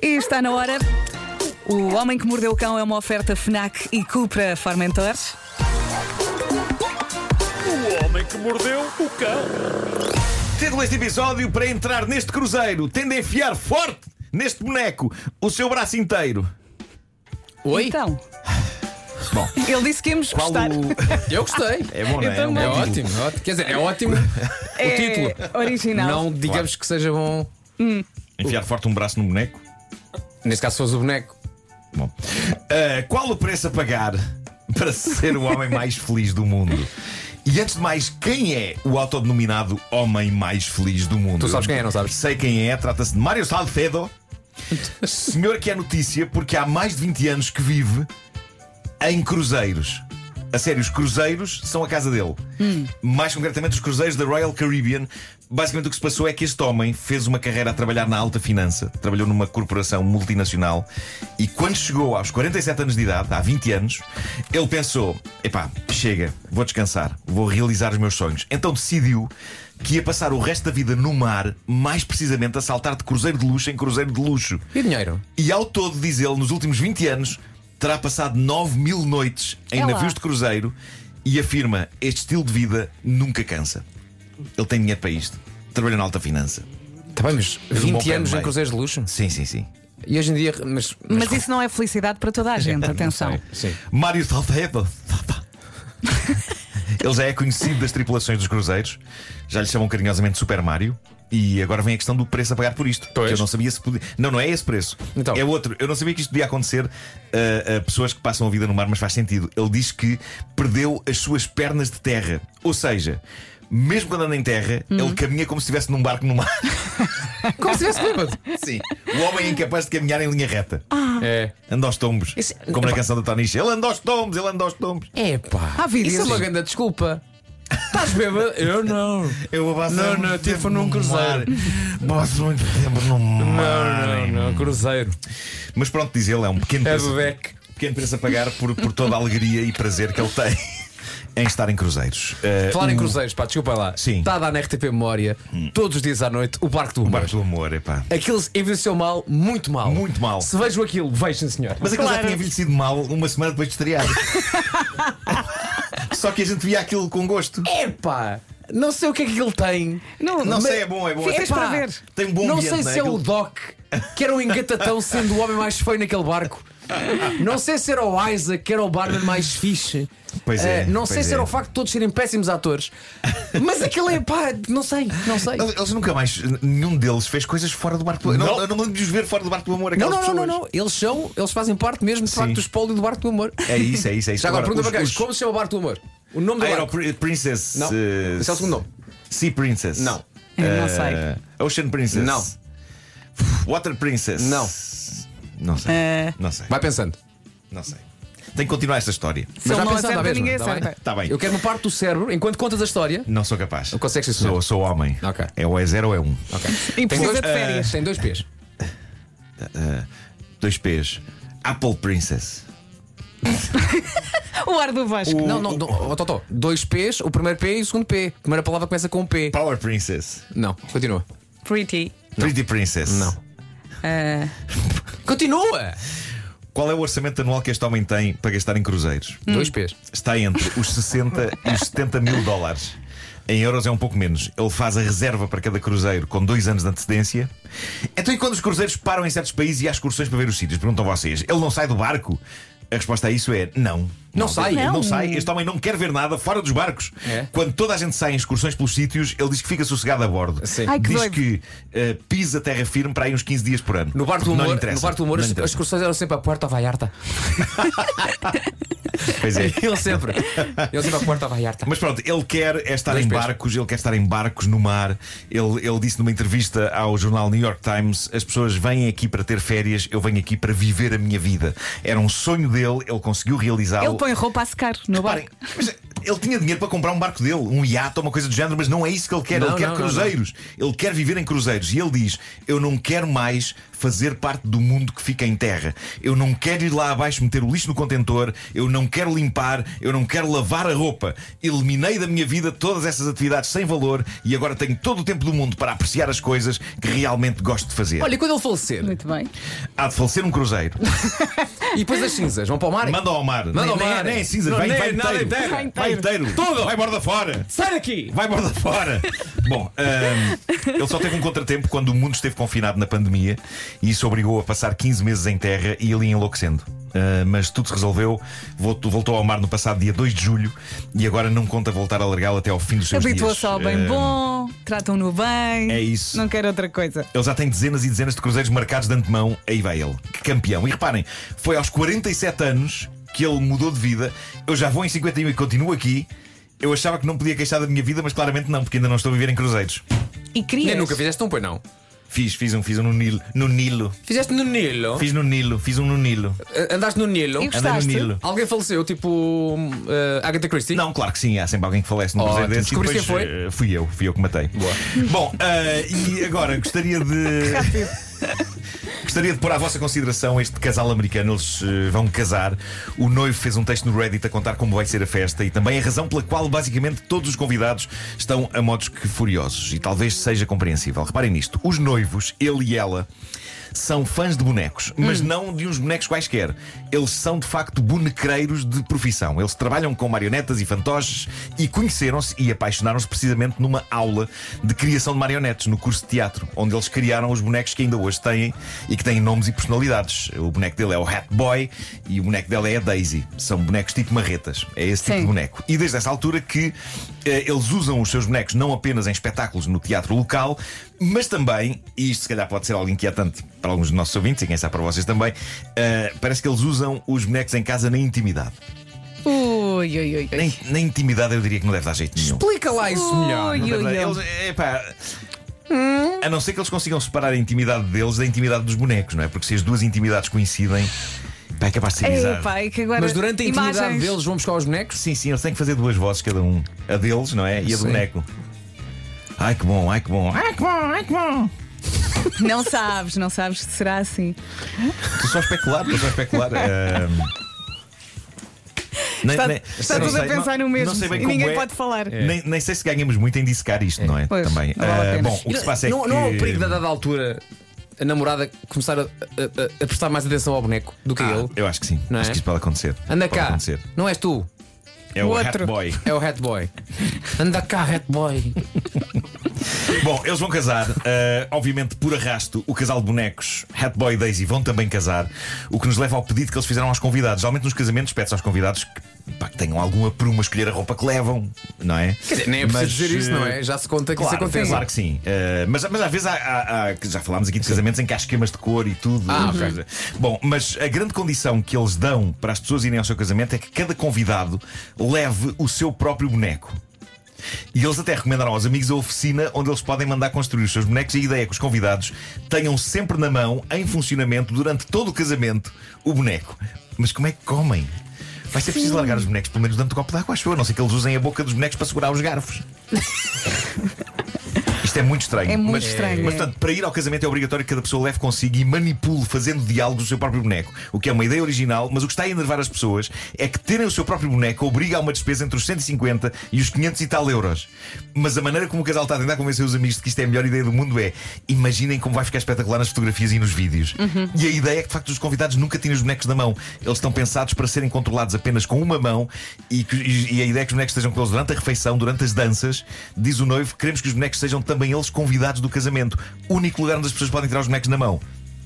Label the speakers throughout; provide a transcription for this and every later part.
Speaker 1: E está na hora. O Homem que Mordeu o Cão é uma oferta FNAC e Cupra Formentor.
Speaker 2: O homem que mordeu o cão.
Speaker 3: Tendo este episódio para entrar neste cruzeiro, tendo a enfiar forte neste boneco o seu braço inteiro.
Speaker 4: Oi?
Speaker 1: Então. Ele disse que íamos gostar.
Speaker 4: Eu gostei.
Speaker 3: É bom, não é?
Speaker 1: Eu também.
Speaker 4: É
Speaker 3: É um
Speaker 4: ótimo, é ótimo. Quer dizer, é ótimo o título.
Speaker 1: É original.
Speaker 4: Não digamos que seja bom.
Speaker 3: Enfiar forte um braço num boneco?
Speaker 4: Neste caso, se fosse o boneco.
Speaker 3: Bom. Ah, qual o preço a pagar para ser o homem mais feliz do mundo? E antes de mais, quem é o autodenominado homem mais feliz do mundo?
Speaker 4: Tu sabes quem é, não sabes?
Speaker 3: Sei quem é, trata-se de Mário Salcedo, senhor que é notícia porque há mais de 20 anos que vive em cruzeiros. A sério, os cruzeiros são a casa dele. Mais concretamente, os cruzeiros da Royal Caribbean. Basicamente, o que se passou é que este homem fez uma carreira a trabalhar na alta finança, trabalhou numa corporação multinacional e, quando chegou aos 47 anos de idade, há 20 anos, ele pensou: epá, chega, vou descansar, vou realizar os meus sonhos. Então decidiu que ia passar o resto da vida no mar, mais precisamente a saltar de cruzeiro de luxo em cruzeiro de luxo.
Speaker 4: E dinheiro?
Speaker 3: E ao todo, diz ele, nos últimos 20 anos, terá passado 9 mil noites em
Speaker 1: É lá.
Speaker 3: navios de cruzeiro e afirma: este estilo de vida nunca cansa. Ele tem dinheiro para isto. Trabalha na alta finança.
Speaker 4: Está bem, mas
Speaker 3: um bom
Speaker 4: 20
Speaker 3: pé
Speaker 4: anos
Speaker 3: no
Speaker 4: em
Speaker 3: meio.
Speaker 4: cruzeiros de luxo.
Speaker 3: Sim, sim, sim.
Speaker 4: E hoje em dia. Mas.
Speaker 1: Mas isso não é felicidade para toda a gente, atenção.
Speaker 4: Sim.
Speaker 3: Mário Salcedo. Ele já é conhecido das tripulações dos cruzeiros, já lhe chamam carinhosamente Super Mario. E agora vem a questão do preço a pagar por isto.
Speaker 4: Pois.
Speaker 3: Que eu não sabia se podia. Não, não é esse preço.
Speaker 4: Então.
Speaker 3: É outro. Eu não sabia que isto podia acontecer a, a pessoas que passam a vida no mar, mas faz sentido. Ele diz que perdeu as suas pernas de terra. Ou seja, mesmo quando anda em terra,
Speaker 4: Hum.
Speaker 3: ele caminha como se estivesse num barco no mar.
Speaker 4: Como se tivesse bêbado.
Speaker 3: Sim. O homem é incapaz de caminhar em linha reta.
Speaker 4: É.
Speaker 3: Anda aos tombos.
Speaker 4: Isso-
Speaker 3: Como na
Speaker 4: Epá.
Speaker 3: canção do Toniche. Ele anda aos tombos, ele anda aos tombos.
Speaker 4: É pá.
Speaker 1: Há vídeos.
Speaker 4: Isso é uma grande desculpa. Estás bêbado? Eu não.
Speaker 3: Eu vou passar
Speaker 4: Não, não,
Speaker 3: muito
Speaker 4: tive
Speaker 3: tempo
Speaker 4: num
Speaker 3: no
Speaker 4: cruzeiro.
Speaker 3: mar. Passo muito tempo no mar.
Speaker 4: Não, não, não. Cruzeiro.
Speaker 3: Mas pronto, diz ele, é um pequeno
Speaker 4: É
Speaker 3: preço,
Speaker 4: bebeque.
Speaker 3: pequeno preço a pagar por, por toda a alegria e prazer que ele tem em estar em cruzeiros. Eh,
Speaker 4: Falar em cruzeiros, pá, desculpa lá.
Speaker 3: Sim. Hum.
Speaker 4: Está a dar na RTP Memória, todos os dias à noite, o barco do
Speaker 3: o
Speaker 4: humor.
Speaker 3: barco do amor, epá.
Speaker 4: Aquilo envelheceu mal, muito mal.
Speaker 3: Muito mal.
Speaker 4: Se vejo aquilo, vejo, senhor.
Speaker 3: Mas aquilo já tinha envelhecido mal uma semana depois de estrear. Só que a gente via aquilo com gosto.
Speaker 4: É. Epá, não sei o que é que ele tem.
Speaker 1: Não,
Speaker 3: Não
Speaker 1: mas-
Speaker 3: sei, é bom, é bom.
Speaker 1: Ficas
Speaker 3: Epá,
Speaker 1: para ver.
Speaker 3: Tem um bom
Speaker 4: não
Speaker 3: ambiente,
Speaker 4: sei
Speaker 3: não é?
Speaker 4: se é o
Speaker 3: Aquilo-
Speaker 4: Doc, que era o engatatão sendo o homem mais feio naquele barco. Não sei se era o Isaac, que era o barman mais fixe.
Speaker 3: Pois é,
Speaker 4: Eh, não
Speaker 3: pois
Speaker 4: sei se era
Speaker 3: é.
Speaker 4: o facto de todos serem péssimos atores. Mas aquilo é pá, não sei, não sei.
Speaker 3: Eles eles nunca mais, nenhum deles fez coisas fora do barco do amor.
Speaker 4: Não.
Speaker 3: Não, eu não me lembro de os ver fora do barco do amor.
Speaker 4: Não,
Speaker 3: aquelas
Speaker 4: não, não, não,
Speaker 3: pessoas.
Speaker 4: não. Eles são, eles fazem parte mesmo de facto do espólio do barco do humor.
Speaker 3: É isso, é isso, é isso.
Speaker 4: Já agora pergunta
Speaker 3: os-
Speaker 4: para quem?
Speaker 3: os-
Speaker 4: Como se chama o barco do humor? O nome do
Speaker 3: Ah, era o
Speaker 4: barco?
Speaker 3: Pri- Princess.
Speaker 4: Não.
Speaker 3: eh,
Speaker 4: Esse é o segundo nome.
Speaker 3: Sea Princess.
Speaker 4: Não.
Speaker 1: Eu É, não
Speaker 4: É,
Speaker 3: Eh,
Speaker 1: sei.
Speaker 3: Ocean Princess.
Speaker 4: Não.
Speaker 3: Water Princess.
Speaker 4: Não.
Speaker 3: Não sei.
Speaker 1: Eh.
Speaker 3: Não sei.
Speaker 4: Vai pensando.
Speaker 3: Não sei. Tenho que continuar esta história.
Speaker 1: Se ele
Speaker 4: vai
Speaker 1: não
Speaker 4: pensando à
Speaker 1: acerta,
Speaker 4: mesma,
Speaker 1: ninguém
Speaker 4: tá bem?
Speaker 1: acerta.
Speaker 3: Está bem.
Speaker 4: Eu quero uma parte do cérebro, enquanto contas a história.
Speaker 3: Não sou capaz. Não
Speaker 4: consegues, sim, senhor.
Speaker 3: sou, sou homem.
Speaker 4: Ok.
Speaker 3: É ou é zero ou é um.
Speaker 1: E
Speaker 4: Tem
Speaker 1: precisa
Speaker 4: dois-
Speaker 1: de férias.
Speaker 4: Tem dois P's.
Speaker 3: Dois P's. Apple Princess.
Speaker 1: O ar do Vasco.
Speaker 4: é. Não, não, não oh, Totó. Dois P's, o primeiro P e o segundo P. A primeira palavra começa com um P.
Speaker 3: Power Princess.
Speaker 4: Não, continua.
Speaker 1: Pretty.
Speaker 3: Pretty Princess.
Speaker 4: Não.
Speaker 1: Ah,
Speaker 4: Continua!
Speaker 3: Qual é o orçamento anual que este homem tem para gastar em cruzeiros?
Speaker 4: Dois P's.
Speaker 3: está entre os 60 e os 70 mil dólares. Em euros é um pouco menos. Ele faz a reserva para cada cruzeiro com dois anos de antecedência. Então, e quando os cruzeiros param em certos países e há excursões para ver os sítios? Perguntam vocês: ele não sai do barco? A resposta a isso é não.
Speaker 4: Não sai.
Speaker 3: Ele
Speaker 1: Não.
Speaker 3: não sai. Este homem não quer ver nada fora dos barcos.
Speaker 4: É.
Speaker 3: Quando toda a gente sai em excursões pelos sítios, ele diz que fica sossegado a bordo.
Speaker 4: Sim.
Speaker 1: Ai, que
Speaker 3: diz
Speaker 1: doido.
Speaker 3: que eh, pisa terra firme para aí uns 15 dias por ano.
Speaker 4: No barco do
Speaker 3: Porque não lhe
Speaker 4: humor,
Speaker 3: interessa.
Speaker 4: no bar do
Speaker 3: Não
Speaker 4: humor
Speaker 3: lhe
Speaker 4: as, as
Speaker 3: interessa.
Speaker 4: excursões eram sempre a Puerto Vallarta.
Speaker 3: Pois é.
Speaker 4: Ele sempre. Ele sempre a Puerto Vallarta.
Speaker 3: Mas pronto, ele quer é estar
Speaker 4: Dois
Speaker 3: em
Speaker 4: pés.
Speaker 3: barcos, ele quer estar em barcos no mar. Ele, ele disse numa entrevista ao jornal New York Times: as pessoas vêm aqui para ter férias, eu venho aqui para viver a minha vida. Era um sonho dele, ele conseguiu
Speaker 1: Ele
Speaker 3: realizá-lo.
Speaker 1: põe roupa a secar no
Speaker 3: Reparem,
Speaker 1: barco.
Speaker 3: mas eh, ele tinha dinheiro para comprar um barco dele, um iate ou uma coisa do género, mas não é isso que ele quer.
Speaker 4: Não,
Speaker 3: ele quer
Speaker 4: não, não,
Speaker 3: cruzeiros. Ele quer viver em cruzeiros. E ele diz: Eu não quero mais fazer parte do mundo que fica em terra. Eu não quero ir lá abaixo meter o lixo no contentor. Eu não quero limpar. Eu não quero lavar a roupa. Eliminei da minha vida todas essas atividades sem valor e agora tenho todo o tempo do mundo para apreciar as coisas que realmente gosto de fazer.
Speaker 4: Olha, e quando ele falecer,
Speaker 1: Muito bem.
Speaker 3: Há de falecer um cruzeiro.
Speaker 4: e depois as cinzas vão para o mar.
Speaker 3: Manda ao mar.
Speaker 4: Manda ao
Speaker 3: Nem-
Speaker 4: mar.
Speaker 3: Nem, nem é cinza.
Speaker 4: Não,
Speaker 3: vai,
Speaker 4: nem
Speaker 3: vai
Speaker 4: é nada
Speaker 3: inteiro.
Speaker 4: inteiro.
Speaker 3: Vai inteiro.
Speaker 4: Tudo.
Speaker 3: Vai borda fora.
Speaker 4: Sai daqui!
Speaker 3: Vai borda fora! Bom, ahm, ele só teve um contratempo quando o mundo esteve confinado na pandemia e isso obrigou a passar 15 meses em terra e ele ia enlouquecendo. Ah, mas tudo se resolveu, voltou, voltou ao mar no passado dia 2 de julho e agora não conta voltar a largá-lo até ao fim dos seus dias.
Speaker 1: Habituou-se ao bem
Speaker 4: é.
Speaker 3: Ahm,
Speaker 1: bom, tratam-no bem.
Speaker 3: É isso.
Speaker 1: Não quero outra coisa.
Speaker 3: ele já tem dezenas e dezenas de cruzeiros marcados de antemão. Aí vai ele, que campeão. E reparem, foi aos 47 anos que ele mudou de vida. Eu já vou em 51 e continuo aqui. Eu achava que não podia queixar da minha vida, mas claramente não, porque ainda não estou a viver em cruzeiros.
Speaker 1: E
Speaker 4: Nem
Speaker 1: querias.
Speaker 4: nunca fizeste um, pois não.
Speaker 3: Fiz, fiz um, fiz um no Nilo. No Nilo.
Speaker 4: Fizeste no Nilo.
Speaker 3: Fiz no Nilo, fiz um no Nilo.
Speaker 4: A- Andaste no Nilo.
Speaker 1: E
Speaker 3: Andei no
Speaker 1: Gostaste?
Speaker 3: Nilo.
Speaker 4: Alguém faleceu, tipo eh, Agatha Christie?
Speaker 3: Não, claro que sim, há sempre alguém que falece no
Speaker 4: Ótimo,
Speaker 3: cruzeiro desse e
Speaker 4: descobriste
Speaker 3: depois,
Speaker 4: quem
Speaker 3: eh, Fui eu, fui eu que matei. Bom, eh, e agora gostaria de. gostaria de pôr à vossa consideração este casal americano. Eles eh, vão casar. O noivo fez um texto no Reddit a contar como vai ser a festa e também a razão pela qual, basicamente, todos os convidados estão a modos que furiosos. E talvez seja compreensível. Reparem nisto: os noivos, ele e ela. São fãs de bonecos, mas
Speaker 4: Hum.
Speaker 3: não de uns bonecos quaisquer. Eles são de facto bonecreiros de profissão. Eles trabalham com marionetas e fantoches e conheceram-se e apaixonaram-se precisamente numa aula de criação de marionetes no curso de teatro, onde eles criaram os bonecos que ainda hoje têm e que têm nomes e personalidades. O boneco dele é o Hat Boy e o boneco dela é a Daisy. São bonecos tipo marretas. É esse tipo
Speaker 1: Sim.
Speaker 3: de boneco. E desde essa altura que eh, eles usam os seus bonecos não apenas em espetáculos no teatro local, mas também, e isto se calhar pode ser algo inquietante para alguns dos nossos ouvintes, e quem sabe para vocês também, eh, parece que eles usam os bonecos em casa na intimidade.
Speaker 1: Ui, ui, ui, ui.
Speaker 3: Na, in- na intimidade eu diria que não deve dar jeito nenhum.
Speaker 4: Explica lá isso melhor.
Speaker 1: Ui,
Speaker 3: Não deve
Speaker 1: ui,
Speaker 3: dar-
Speaker 1: ui.
Speaker 3: eles, eh, epá, a não ser que eles consigam separar a intimidade deles da intimidade dos bonecos, não é? Porque se as duas intimidades coincidem, pá, é capaz de ser
Speaker 1: Ei,
Speaker 3: bizarro.
Speaker 1: pai, que agora.
Speaker 4: Mas durante a intimidade
Speaker 1: imagens.
Speaker 4: deles vão buscar os bonecos?
Speaker 3: Sim, sim, eles têm que fazer duas vozes cada um. A deles, não é? E a do
Speaker 4: Sim.
Speaker 3: boneco. Ai que bom, ai que bom. Ai que bom, ai que bom.
Speaker 1: Não sabes, não sabes se será assim.
Speaker 3: Estou só a especular, estou só a especular. Ahm. Nem-
Speaker 1: Está,
Speaker 3: nem-
Speaker 1: está
Speaker 3: não
Speaker 1: tudo a
Speaker 3: sei,
Speaker 1: pensar
Speaker 3: não-
Speaker 1: no mesmo
Speaker 3: Não sei bem
Speaker 1: e
Speaker 3: como
Speaker 1: ninguém
Speaker 3: é.
Speaker 1: pode falar.
Speaker 3: Nem, nem sei se ganhamos muito em dissecar isto, não é?
Speaker 1: Pois,
Speaker 3: Também.
Speaker 1: não vale a
Speaker 3: Ah,
Speaker 1: pena.
Speaker 3: bom, o que se passa é
Speaker 4: não,
Speaker 3: que.
Speaker 4: não há o perigo da dada altura a namorada começar a, a- a- a prestar mais atenção ao boneco do que a ele?
Speaker 3: Ah, Eu acho que sim.
Speaker 4: Não
Speaker 3: acho
Speaker 4: é?
Speaker 3: que isso pode acontecer.
Speaker 4: Anda
Speaker 3: Pode
Speaker 4: cá,
Speaker 3: acontecer.
Speaker 4: não és tu,
Speaker 3: É o,
Speaker 1: O
Speaker 3: Hat
Speaker 1: outro.
Speaker 3: Boy.
Speaker 4: é o Hat Boy. Anda cá, Hat Boy.
Speaker 3: Bom, eles vão casar. Ah, obviamente, por arrasto, o casal de bonecos Hatboy e Daisy vão também casar. O que nos leva ao pedido que eles fizeram aos convidados. Geralmente nos casamentos pede-se aos convidados que, pá, que tenham algum aprumo a escolher a roupa que levam, não é?
Speaker 4: Quer dizer, nem é preciso
Speaker 3: Mas,
Speaker 4: dizer isso, não
Speaker 3: eh,
Speaker 4: é? Já se conta que
Speaker 3: Claro,
Speaker 4: isso acontece.
Speaker 3: claro que sim. Eh, mas, mas às vezes há, há- há- que já falámos aqui de casamentos em que há esquemas de cor e tudo.
Speaker 4: Ah,
Speaker 3: Ou
Speaker 4: ok.
Speaker 3: seja, Bom, mas a grande condição que eles dão para as pessoas irem ao seu casamento é que cada convidado leve o seu próprio boneco. E eles até recomendaram aos amigos a oficina onde eles podem mandar construir os seus bonecos. E a ideia é que os convidados tenham sempre na mão, em funcionamento, durante todo o casamento, o boneco. Mas como é que comem? Vai ser preciso largar os bonecos, pelo menos dentro do copo de água, acho eu. A não sei que eles usem a boca dos bonecos para segurar os garfos. Isto é muito estranho.
Speaker 1: É muito
Speaker 3: mas,
Speaker 1: estranho,
Speaker 3: Mas,
Speaker 1: é.
Speaker 3: portanto, para ir ao casamento é obrigatório que cada pessoa leve consigo e manipule fazendo diálogos o seu próprio boneco. O que é uma ideia original, mas o que está a enervar as pessoas é que terem o seu próprio boneco obriga a uma despesa entre os 150 e os 500 e tal euros. Mas a maneira como o casal está a tentar convencer os amigos de que isto é a melhor ideia do mundo é imaginem como vai ficar espetacular nas fotografias e nos vídeos.
Speaker 1: Uhum.
Speaker 3: E a ideia é que, de facto, os convidados nunca tinham os bonecos na mão. Eles estão pensados para serem controlados apenas com uma mão e, que- e- e a ideia é que os bonecos estejam com eles durante a refeição, durante as danças. Diz o noivo, queremos que os bonecos sejam também eles convidados do casamento. Único lugar onde as pessoas podem tirar os bonecos na mão.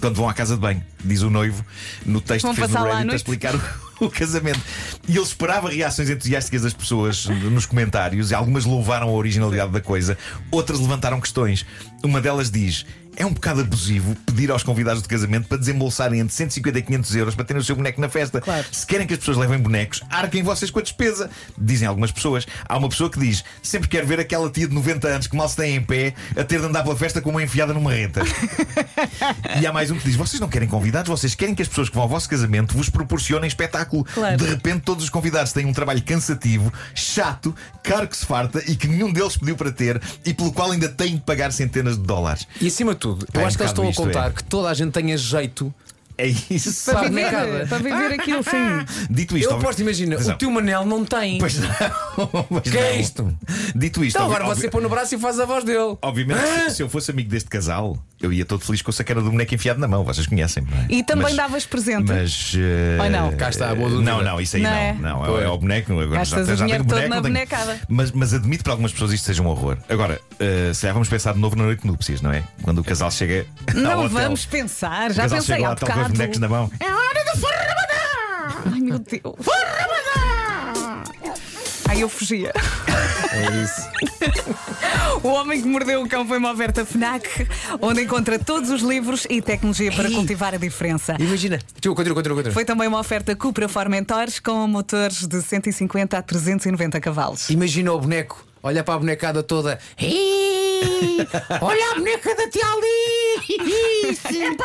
Speaker 3: Quando vão à casa de banho, diz o noivo no texto
Speaker 1: Vão
Speaker 3: que fez no
Speaker 1: passar lá à
Speaker 3: Reddit a
Speaker 1: noite?
Speaker 3: explicar o, o casamento. E ele esperava reações entusiásticas das pessoas nos comentários e algumas louvaram a originalidade da coisa, outras levantaram questões. Uma delas diz: É um bocado abusivo pedir aos convidados de casamento para desembolsarem entre 150 e 500 euros para terem o seu boneco na festa.
Speaker 1: Claro.
Speaker 3: Se querem que as pessoas levem bonecos, arquem vocês com a despesa. Dizem algumas pessoas. Há uma pessoa que diz: Sempre quero ver aquela tia de 90 anos que mal se tem em pé a ter de andar pela festa com uma enfiada numa reta. e há mais um que diz: Vocês não querem convidados, vocês querem que as pessoas que vão ao vosso casamento vos proporcionem espetáculo.
Speaker 1: Claro.
Speaker 3: De repente, todos os convidados têm um trabalho cansativo, chato, caro que se farta e que nenhum deles pediu para ter e pelo qual ainda têm de pagar centenas de dólares.
Speaker 4: E acima de tudo, eu
Speaker 3: É um
Speaker 4: acho que eles
Speaker 3: bocado
Speaker 4: estão a
Speaker 3: isto,
Speaker 4: contar
Speaker 3: é.
Speaker 4: que toda a gente tenha jeito.
Speaker 3: É isso.
Speaker 4: Sabe,
Speaker 1: Para
Speaker 4: na cara.
Speaker 1: viver, para
Speaker 3: Ah.
Speaker 1: viver aquilo sim.
Speaker 3: Dito isto.
Speaker 4: Eu
Speaker 3: obvi-
Speaker 4: aposto, imagina,
Speaker 3: Atenção.
Speaker 4: o teu Manel não tem.
Speaker 3: Pois não. Pois
Speaker 4: Que é
Speaker 3: não.
Speaker 4: isto?
Speaker 3: Dito isto.
Speaker 4: então
Speaker 3: obvi-
Speaker 4: agora você
Speaker 3: obvi-
Speaker 4: põe no braço e faz a voz dele.
Speaker 3: Obviamente, se- se eu fosse amigo deste casal, eu ia todo feliz com a sacana do boneco enfiado na mão, vocês conhecem. não é?
Speaker 1: E também
Speaker 3: Mas-
Speaker 1: davas presente.
Speaker 3: Mas. eh,
Speaker 1: Ou não?
Speaker 4: Cá está a boa dúvida.
Speaker 3: Não, não, isso aí
Speaker 1: Não
Speaker 3: não.
Speaker 1: é?
Speaker 3: Não, é, é o boneco. Agora
Speaker 1: Gastas
Speaker 3: já,
Speaker 1: o
Speaker 3: já
Speaker 1: dinheiro
Speaker 3: tenho
Speaker 1: todo
Speaker 3: boneco,
Speaker 1: na
Speaker 3: não tenho-
Speaker 1: bonecada.
Speaker 3: Mas, mas admito para algumas pessoas isto seja um horror. Agora, eh, se calhar vamos pensar de novo na noite de núpcias, não é? Quando o casal chega. ao
Speaker 1: Não
Speaker 3: hotel.
Speaker 1: vamos pensar, já
Speaker 3: o casal
Speaker 1: pensei
Speaker 3: chega
Speaker 1: há
Speaker 3: lá tal com os
Speaker 1: bocado.
Speaker 3: bonecos na mão.
Speaker 1: É hora do Forrabadá! Ai meu Deus! Forrabadá! Ai eu fugia.
Speaker 4: É isso.
Speaker 1: O Homem que Mordeu o Cão foi uma oferta FNAC, onde encontra todos os livros e tecnologia para
Speaker 4: Ei.
Speaker 1: cultivar a diferença.
Speaker 4: Imagina. Continua, continua, continua. continua.
Speaker 1: Foi também uma oferta Cupra Formentores com motores de 150 a 390 cavalos.
Speaker 4: Imagina o boneco. Olha para a bonecada toda. Ih, Olha a boneca da tia ali! Sim,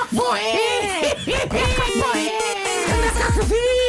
Speaker 4: é para